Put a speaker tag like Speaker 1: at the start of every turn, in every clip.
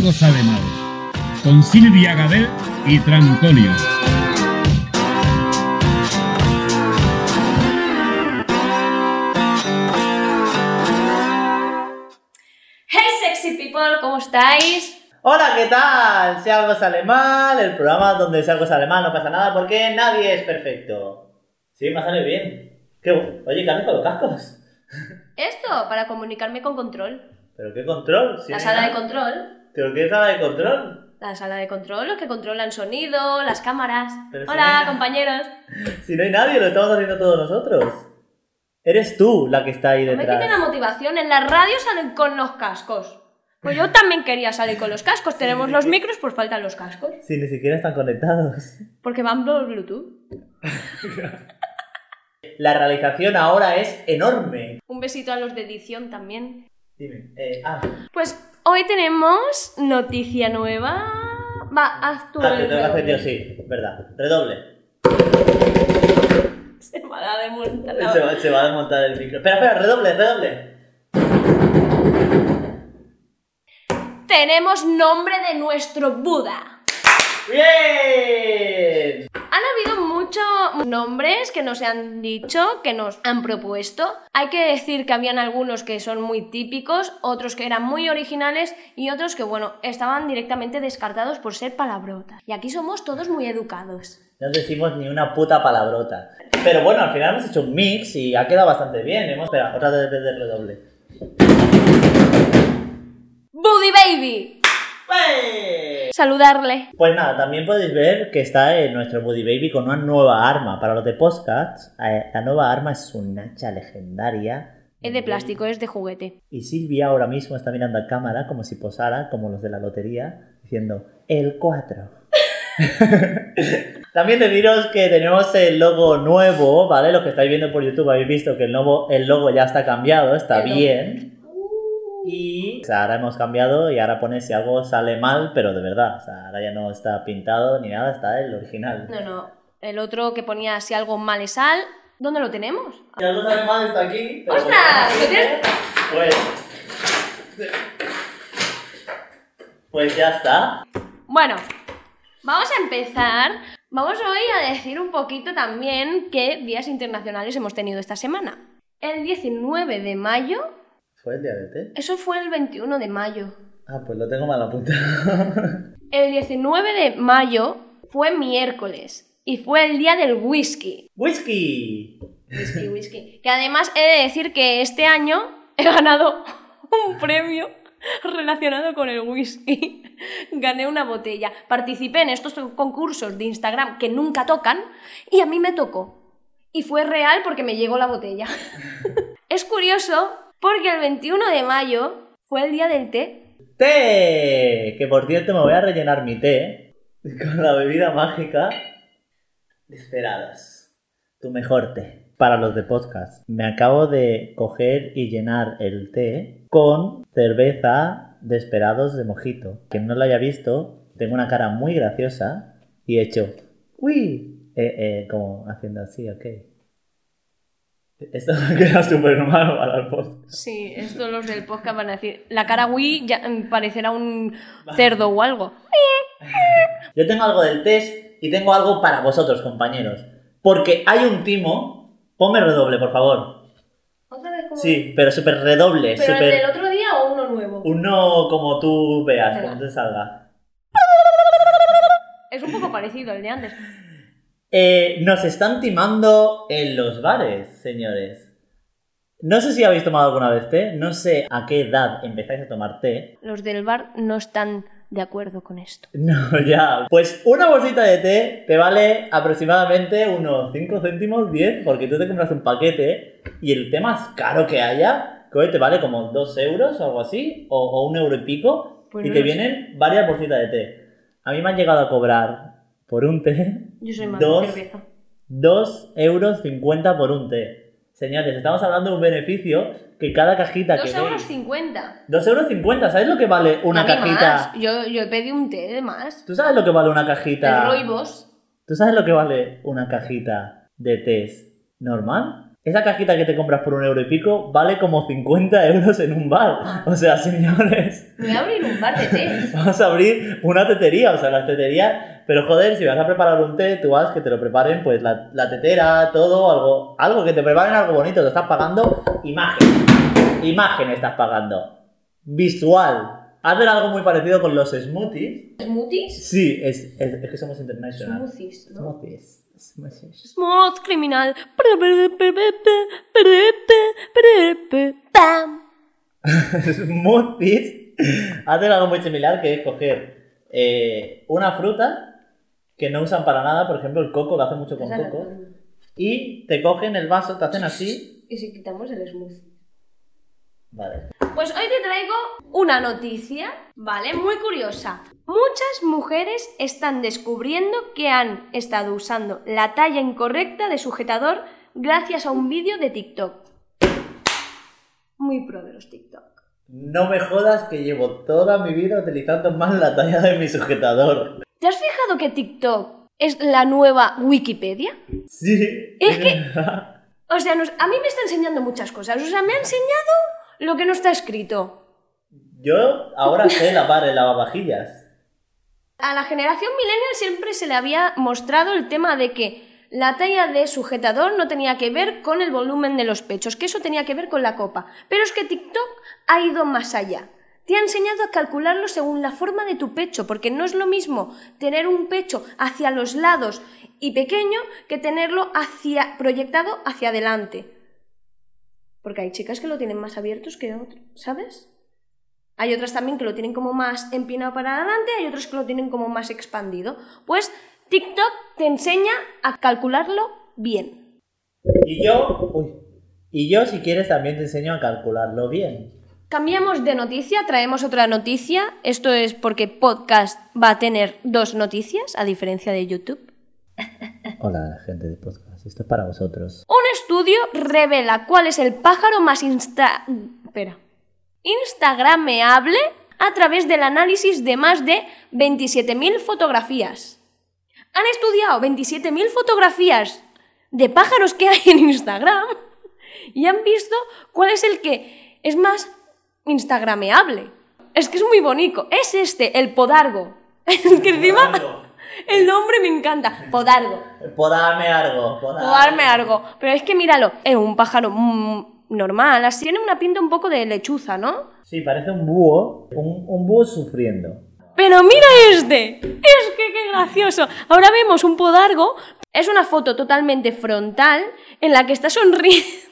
Speaker 1: todo sabe mal. Con Silvia Gadel y Trancolio.
Speaker 2: Hey sexy people, ¿cómo estáis?
Speaker 3: Hola, ¿qué tal? Si algo sale mal, el programa donde si algo sale mal no pasa nada porque nadie es perfecto. Sí, me ha salido bien. Qué bu- Oye, ¿qué haces con los cascos?
Speaker 2: Esto para comunicarme con control.
Speaker 3: ¿Pero qué control? Si
Speaker 2: La
Speaker 3: no hay
Speaker 2: sala de
Speaker 3: nada.
Speaker 2: control.
Speaker 3: ¿Pero qué sala de control?
Speaker 2: La sala de control, los que controlan sonido, las cámaras.
Speaker 3: Pero si no
Speaker 2: Hola,
Speaker 3: hay-
Speaker 2: compañeros.
Speaker 3: Si no hay nadie, lo estamos haciendo todos nosotros. Eres tú la que está ahí
Speaker 2: No Me quiten la
Speaker 3: detrás.
Speaker 2: motivación. En la radio salen con los cascos. Pues yo también quería salir con los cascos. Tenemos los micros, pues faltan los cascos.
Speaker 3: Si ni siquiera están conectados.
Speaker 2: Porque van por Bluetooth.
Speaker 3: La realización ahora es enorme.
Speaker 2: Un besito a los de edición también.
Speaker 3: Dime. Eh, ah,
Speaker 2: Pues hoy tenemos noticia nueva. Va, haz tú
Speaker 3: ah, que
Speaker 2: el
Speaker 3: tengo que hacer yo,
Speaker 2: redoble.
Speaker 3: sí. Verdad. Redoble.
Speaker 2: Se me ha dado de montar la-
Speaker 3: Se va, se va a desmontar el micro. Espera, espera, redoble, redoble.
Speaker 2: Tenemos nombre de nuestro Buda.
Speaker 3: ¡Bien!
Speaker 2: Han habido muchos nombres que nos han dicho, que nos han propuesto. Hay que decir que habían algunos que son muy típicos, otros que eran muy originales y otros que, bueno, estaban directamente descartados por ser palabrotas. Y aquí somos todos muy educados.
Speaker 3: No decimos ni una puta palabrota. Pero bueno, al final hemos hecho un mix y ha quedado bastante bien. Hemos... Espera, otra vez de redoble.
Speaker 2: Buddy Baby. Saludarle.
Speaker 3: Pues nada, también podéis ver que está eh, nuestro Buddy Baby con una nueva arma. Para los de podcasts, eh, la nueva arma es un hacha legendaria.
Speaker 2: Es de plástico, es de juguete.
Speaker 3: Y Silvia ahora mismo está mirando a cámara como si posara, como los de la lotería, diciendo el 4. También deciros que tenemos el logo nuevo, ¿vale? Los que estáis viendo por YouTube habéis visto que el logo, el logo ya está cambiado, está
Speaker 2: El logo.
Speaker 3: bien. Y o sea, ahora hemos cambiado y ahora pone si algo sale mal, pero de verdad. O sea, ahora ya no está pintado ni nada, está el original.
Speaker 2: No, no. El otro que ponía si algo mal es sal. ¿Dónde lo tenemos?
Speaker 3: Si algo sale mal está aquí.
Speaker 2: pero ¡Ostras! como- ¿Lo tienes?
Speaker 3: Pues... Pues ya está.
Speaker 2: Bueno, vamos a empezar. Vamos hoy a decir un poquito también qué días internacionales hemos tenido esta semana. El 19 de mayo,
Speaker 3: ¿Fue el día del té?
Speaker 2: eso fue el 21 de mayo.
Speaker 3: Ah, pues lo tengo mal apuntado.
Speaker 2: El 19 de mayo fue miércoles y fue el día del whisky.
Speaker 3: ¡Whisky!
Speaker 2: Whisky, whisky. Que además he de decir que este año he ganado un premio relacionado con el whisky. Gané una botella. Participé en estos concursos de Instagram que nunca tocan y a mí me tocó. Y fue real porque me llegó la botella. es curioso porque el 21 de mayo fue el día del té.
Speaker 3: ¡Té! Que por cierto me voy a rellenar mi té con la bebida mágica Esperadas. Tu mejor té. Para los de podcast, me acabo de coger y llenar el té con cerveza de Esperados de mojito. Quien no lo haya visto, tengo una cara muy graciosa y he hecho ¡Uy! Eh, eh, como haciendo así, ok. Esto queda súper malo para el podcast.
Speaker 2: Sí, esto los del podcast van a decir. La cara Wii ya mm, parecerá un cerdo o algo.
Speaker 3: Yo tengo algo del test y tengo algo para vosotros, compañeros. Porque hay un timo. Ponme redoble, por favor.
Speaker 2: ¿Otra vez como-
Speaker 3: Sí, pero súper redoble.
Speaker 2: ¿Pero
Speaker 3: súper-
Speaker 2: el del otro día o uno nuevo?
Speaker 3: Uno como tú veas,
Speaker 2: Venga.
Speaker 3: como te salga.
Speaker 2: Es un poco parecido al de antes.
Speaker 3: Eh, nos están timando en los bares, señores. No sé si habéis tomado alguna vez té. No sé a qué edad empezáis a tomar té.
Speaker 2: Los del bar no están de acuerdo con esto.
Speaker 3: No, ya. Pues una bolsita de té te vale aproximadamente unos 5 céntimos, 10, porque tú te compras un paquete y el té más caro que haya, que hoy te vale como 2 euros o algo así, o, o un euro y pico,
Speaker 2: Pues
Speaker 3: y
Speaker 2: no
Speaker 3: te
Speaker 2: lo sé.
Speaker 3: vienen varias bolsitas de té. A mí me han llegado a cobrar por un té
Speaker 2: Yo soy más
Speaker 3: Dos.
Speaker 2: de cerveza.
Speaker 3: 2 euros 50 por un té. Señores, estamos hablando de un beneficio que cada cajita que...
Speaker 2: 2,50
Speaker 3: veis-
Speaker 2: euros cincuenta.
Speaker 3: 2 euros 50, ¿sabes lo que vale una
Speaker 2: A mí
Speaker 3: cajita?
Speaker 2: más. Yo, yo pedí un té de más.
Speaker 3: ¿Tú sabes lo que vale una cajita?
Speaker 2: El roibos.
Speaker 3: ¿Tú sabes lo que vale una cajita de test normal? Esa cajita que te compras por un euro y pico vale como 50 euros en un bar. O sea, señores,
Speaker 2: Me voy a abrir un bar de té.
Speaker 3: vamos a abrir una tetería. O sea, las teterías. Pero joder, si vas a preparar un té, tú vas que te lo preparen, pues la, la tetera, todo, algo, algo que te preparen algo bonito. Te estás pagando imagen. Imagen estás pagando. Visual. Hacen algo muy parecido con los smoothies.
Speaker 2: ¿Smoothies?
Speaker 3: Sí, es, es, es que somos international.
Speaker 2: Smoothies, ¿no?
Speaker 3: Smoothies. Smoothies.
Speaker 2: Smooth criminal. Pam.
Speaker 3: smoothies hacen algo muy similar que es coger eh, una fruta que no usan para nada, por ejemplo el coco, lo hacen mucho con coco, y te cogen el vaso, te hacen así.
Speaker 2: Y si quitamos el smooth.
Speaker 3: Vale.
Speaker 2: Pues hoy te traigo una noticia, ¿vale? Muy curiosa. Muchas mujeres están descubriendo que han estado usando la talla incorrecta de sujetador gracias a un vídeo de TikTok. Muy pro de los TikTok.
Speaker 3: No me jodas que llevo toda mi vida utilizando más la talla de mi sujetador.
Speaker 2: ¿Te has fijado que TikTok es la nueva Wikipedia?
Speaker 3: Sí.
Speaker 2: Es que-
Speaker 3: verdad.
Speaker 2: O sea, nos- a mí me está enseñando muchas cosas. O sea, me ha enseñado lo que no está escrito.
Speaker 3: Yo ahora sé lavar el lavavajillas.
Speaker 2: A la generación millennial siempre se le había mostrado el tema de que la talla de sujetador no tenía que ver con el volumen de los pechos, que eso tenía que ver con la copa. Pero es que TikTok ha ido más allá. Te ha enseñado a calcularlo según la forma de tu pecho, porque no es lo mismo tener un pecho hacia los lados y pequeño que tenerlo hacia, proyectado hacia adelante. Porque hay chicas que lo tienen más abiertos que otros, ¿sabes? Hay otras también que lo tienen como más empinado para adelante, hay otras que lo tienen como más expandido. Pues TikTok te enseña a calcularlo bien.
Speaker 3: Y yo, uy, y yo si quieres también te enseño a calcularlo bien.
Speaker 2: Cambiamos de noticia, traemos otra noticia. Esto es porque podcast va a tener dos noticias, a diferencia de YouTube.
Speaker 3: Hola gente de podcast, esto es para vosotros.
Speaker 2: Un estudio revela cuál es el pájaro más insta... espera. instagrameable a través del análisis de más de 27.000 fotografías. Han estudiado 27.000 fotografías de pájaros que hay en Instagram y han visto cuál es el que es más instagrameable. Es que es muy bonito. Es este, el podargo. Es que encima el nombre me encanta. Podargo.
Speaker 3: Podarme algo, podarme.
Speaker 2: Jugarme algo. Pero es que míralo, es un pájaro mm, normal, así tiene una pinta un poco de lechuza, ¿no?
Speaker 3: Sí, parece un búho, un, un búho sufriendo.
Speaker 2: Pero mira este, es que qué gracioso. Ahora vemos un podargo, es una foto totalmente frontal en la que está sonriendo.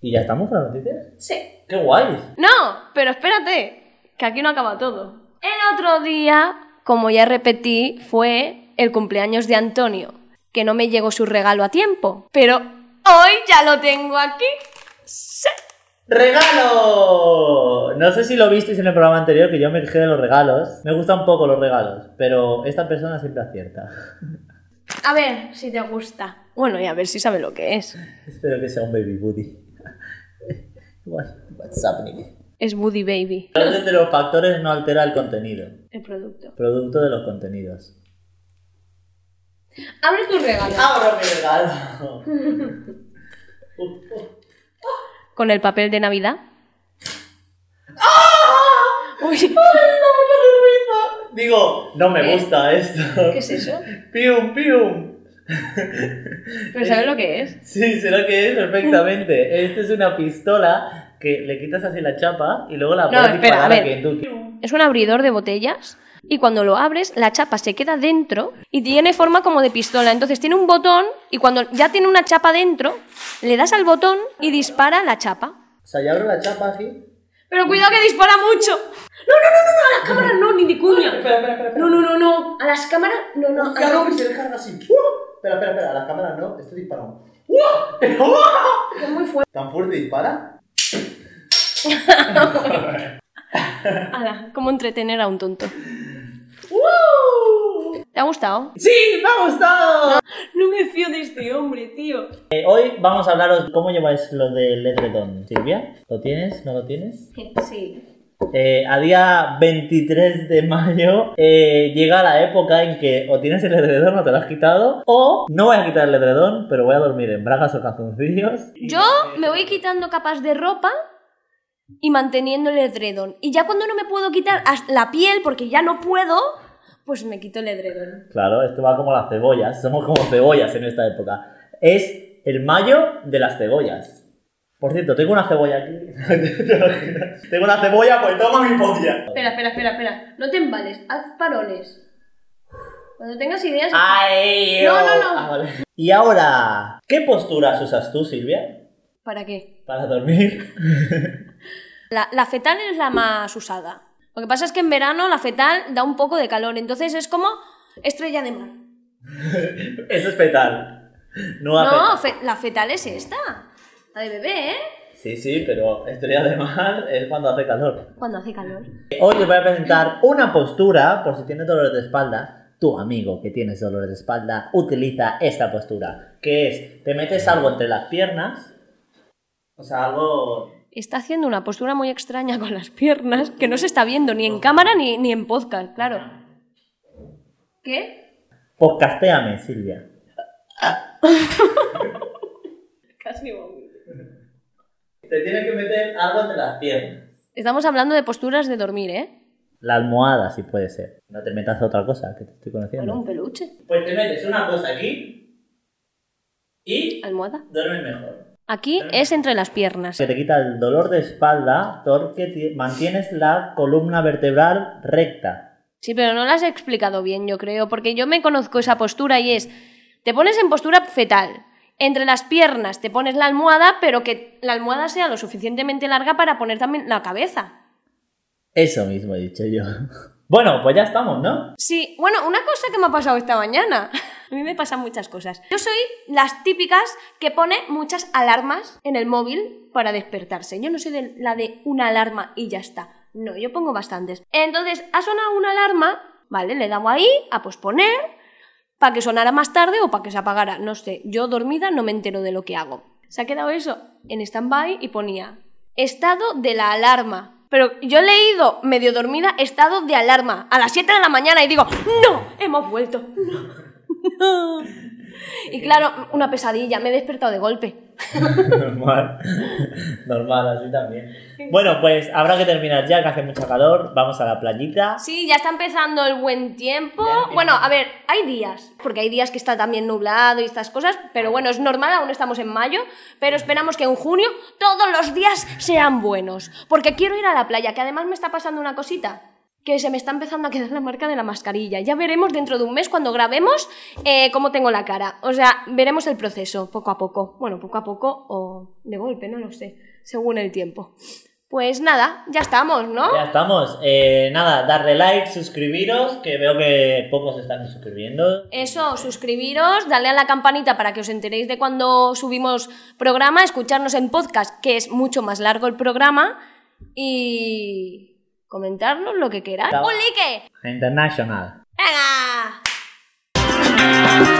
Speaker 3: ¿Y ya estamos con las noticias?
Speaker 2: Sí.
Speaker 3: ¡Qué guay!
Speaker 2: No, pero espérate, que aquí no acaba todo. El otro día, como ya repetí, fue el cumpleaños de Antonio, que no me llegó su regalo a tiempo, pero hoy ya lo tengo aquí. Sí.
Speaker 3: ¡Regalo! No sé si lo visteis en el programa anterior, que yo me quejé de los regalos. Me gustan poco los regalos, pero esta persona siempre acierta.
Speaker 2: A ver si te gusta. Bueno, y a ver si sabe lo que es.
Speaker 3: Espero que sea un baby booty. What- What's happening?
Speaker 2: Es Woody Baby,
Speaker 3: El orden de los factores no altera el contenido.
Speaker 2: el producto.
Speaker 3: Producto de los contenidos.
Speaker 2: Abre tu regalo.
Speaker 3: ¡Abro mi regalo!
Speaker 2: Con el papel de Navidad. Uy.
Speaker 3: Digo, no me gusta esto.
Speaker 2: ¿Qué es eso?
Speaker 3: ¡Pium, pium!
Speaker 2: ¿Pero sabes lo que es?
Speaker 3: Sí, será que es perfectamente. Esta es una pistola que le quitas así la chapa y luego la
Speaker 2: No,
Speaker 3: pones
Speaker 2: espera,
Speaker 3: disparar
Speaker 2: a
Speaker 3: que
Speaker 2: ver.
Speaker 3: tú.
Speaker 2: Es un abridor de botellas y cuando lo abres la chapa se queda dentro y tiene forma como de pistola. Entonces tiene un botón y cuando ya tiene una chapa dentro, le das al botón y dispara la chapa.
Speaker 3: O sea, yo abro la chapa así.
Speaker 2: Pero cuidado que dispara mucho. No, no, no, no, no, a las cámaras no, ni de cuña.
Speaker 3: Espera, espera, espera. espera.
Speaker 2: No, no, no, no. A las cámaras, no, no. a-
Speaker 3: Cuidado que se descarga así. ¡Uh! Espera, espera, espera. A las cámaras no. este Esto dispara. ¡Uh! Pero, ¡uh!
Speaker 2: Es muy fuerte.
Speaker 3: ¿Tan fuerte dispara?
Speaker 2: Ala, ¿cómo entretener a un tonto?
Speaker 3: ¡Uh!
Speaker 2: ¿Te ha gustado?
Speaker 3: ¡Sí! ¡Me ha gustado!
Speaker 2: No me fío de este hombre, tío.
Speaker 3: Eh, hoy vamos a hablaros cómo lleváis lo del edredón. Silvia, ¿lo tienes? ¿No lo tienes?
Speaker 2: Sí.
Speaker 3: Eh, a día 23 de mayo eh, llega la época en que o tienes el edredón o te lo has quitado, o no voy a quitar el edredón, pero voy a dormir en bragas o calzoncillos.
Speaker 2: Yo me voy quitando capas de ropa y manteniendo el edredón. Y ya cuando no me puedo quitar as- la piel, porque ya no puedo, pues me quito el edredón.
Speaker 3: Claro, esto va como las cebollas, somos como cebollas en esta época. Es el mayo de las cebollas. Por cierto, tengo una cebolla aquí. ¿Te imaginas? tengo una cebolla, pues toma mi polla.
Speaker 2: Espera, espera, espera, espera. No te embales, haz parones. Cuando tengas ideas...
Speaker 3: Ay,
Speaker 2: No,
Speaker 3: oh.
Speaker 2: no, no.
Speaker 3: Ah, vale. Y ahora, ¿qué posturas usas tú, Silvia?
Speaker 2: ¿Para qué?
Speaker 3: Para dormir.
Speaker 2: La, la fetal es la más usada. Lo que pasa es que en verano la fetal da un poco de calor, entonces es como estrella de mar.
Speaker 3: Eso es fetal. No,
Speaker 2: No,
Speaker 3: afecta.
Speaker 2: fe- la fetal es esta. La de bebé, ¿eh?
Speaker 3: Sí, sí, pero estrella de mar es cuando hace calor.
Speaker 2: Cuando hace calor.
Speaker 3: Hoy os voy a presentar una postura por si tienes dolores de espalda. Tu amigo que tienes dolores de espalda utiliza esta postura, que es te metes algo entre las piernas, o sea, algo
Speaker 2: Está haciendo una postura muy extraña con las piernas que no se está viendo ni en cámara ni, ni en podcast, claro. ¿Qué?
Speaker 3: Podcasteame, pues Silvia.
Speaker 2: Casi
Speaker 3: Te tienes que meter algo entre las piernas.
Speaker 2: Estamos hablando de posturas de dormir, ¿eh?
Speaker 3: La almohada, si puede ser. No te metas a otra cosa que te estoy conociendo.
Speaker 2: Bueno, un peluche,
Speaker 3: Pues te metes una cosa aquí y
Speaker 2: almohada.
Speaker 3: duermes mejor.
Speaker 2: Aquí es entre las piernas.
Speaker 3: que te quita el dolor de espalda porque ti- mantienes la columna vertebral recta.
Speaker 2: Sí, pero no las he explicado bien, yo creo, porque yo me conozco esa postura y es, te pones en postura fetal, entre las piernas te pones la almohada, pero que la almohada sea lo suficientemente larga para poner también la cabeza.
Speaker 3: Eso mismo he dicho yo. Bueno, pues ya estamos, ¿no?
Speaker 2: Sí, bueno, una cosa que me ha pasado esta mañana. A mí me pasan muchas cosas. Yo soy las típicas que pone muchas alarmas en el móvil para despertarse. Yo no soy de la de una alarma y ya está. No, yo pongo bastantes. Entonces, ha sonado una alarma, ¿vale? Le damos ahí a posponer para que sonara más tarde o para que se apagara. No sé, yo dormida no me entero de lo que hago. Se ha quedado eso en stand-by y ponía estado de la alarma. Pero yo he leído medio dormida estado de alarma a las 7 de la mañana y digo, no, hemos vuelto. No, no". Y claro, una pesadilla, me he despertado de golpe.
Speaker 3: Normal. Normal, así también. Bueno, pues habrá que terminar ya, que hace mucho calor. Vamos a la playita.
Speaker 2: Sí, ya está empezando el buen tiempo.
Speaker 3: Ya empieza.
Speaker 2: Bueno, a ver, hay días, porque hay días que está también nublado y estas cosas, pero bueno, es normal, aún estamos en mayo, pero esperamos que en junio todos los días sean buenos, porque quiero ir a la playa, que además me está pasando una cosita, que se me está empezando a quedar la marca de la mascarilla. Ya veremos dentro de un mes cuando grabemos eh, cómo tengo la cara, o sea, veremos el proceso poco a poco, bueno, poco a poco o de golpe, no lo sé, según el tiempo. Pues nada, ya estamos, ¿no?
Speaker 3: Ya estamos. Eh, nada, darle like, suscribiros, que veo que pocos están suscribiendo.
Speaker 2: Eso, suscribiros, darle a la campanita para que os enteréis de cuando subimos programa, escucharnos en podcast, que es mucho más largo el programa, y comentarnos lo que queráis.
Speaker 3: Claro.
Speaker 2: ¡Un like!
Speaker 3: International.
Speaker 2: ¡Venga!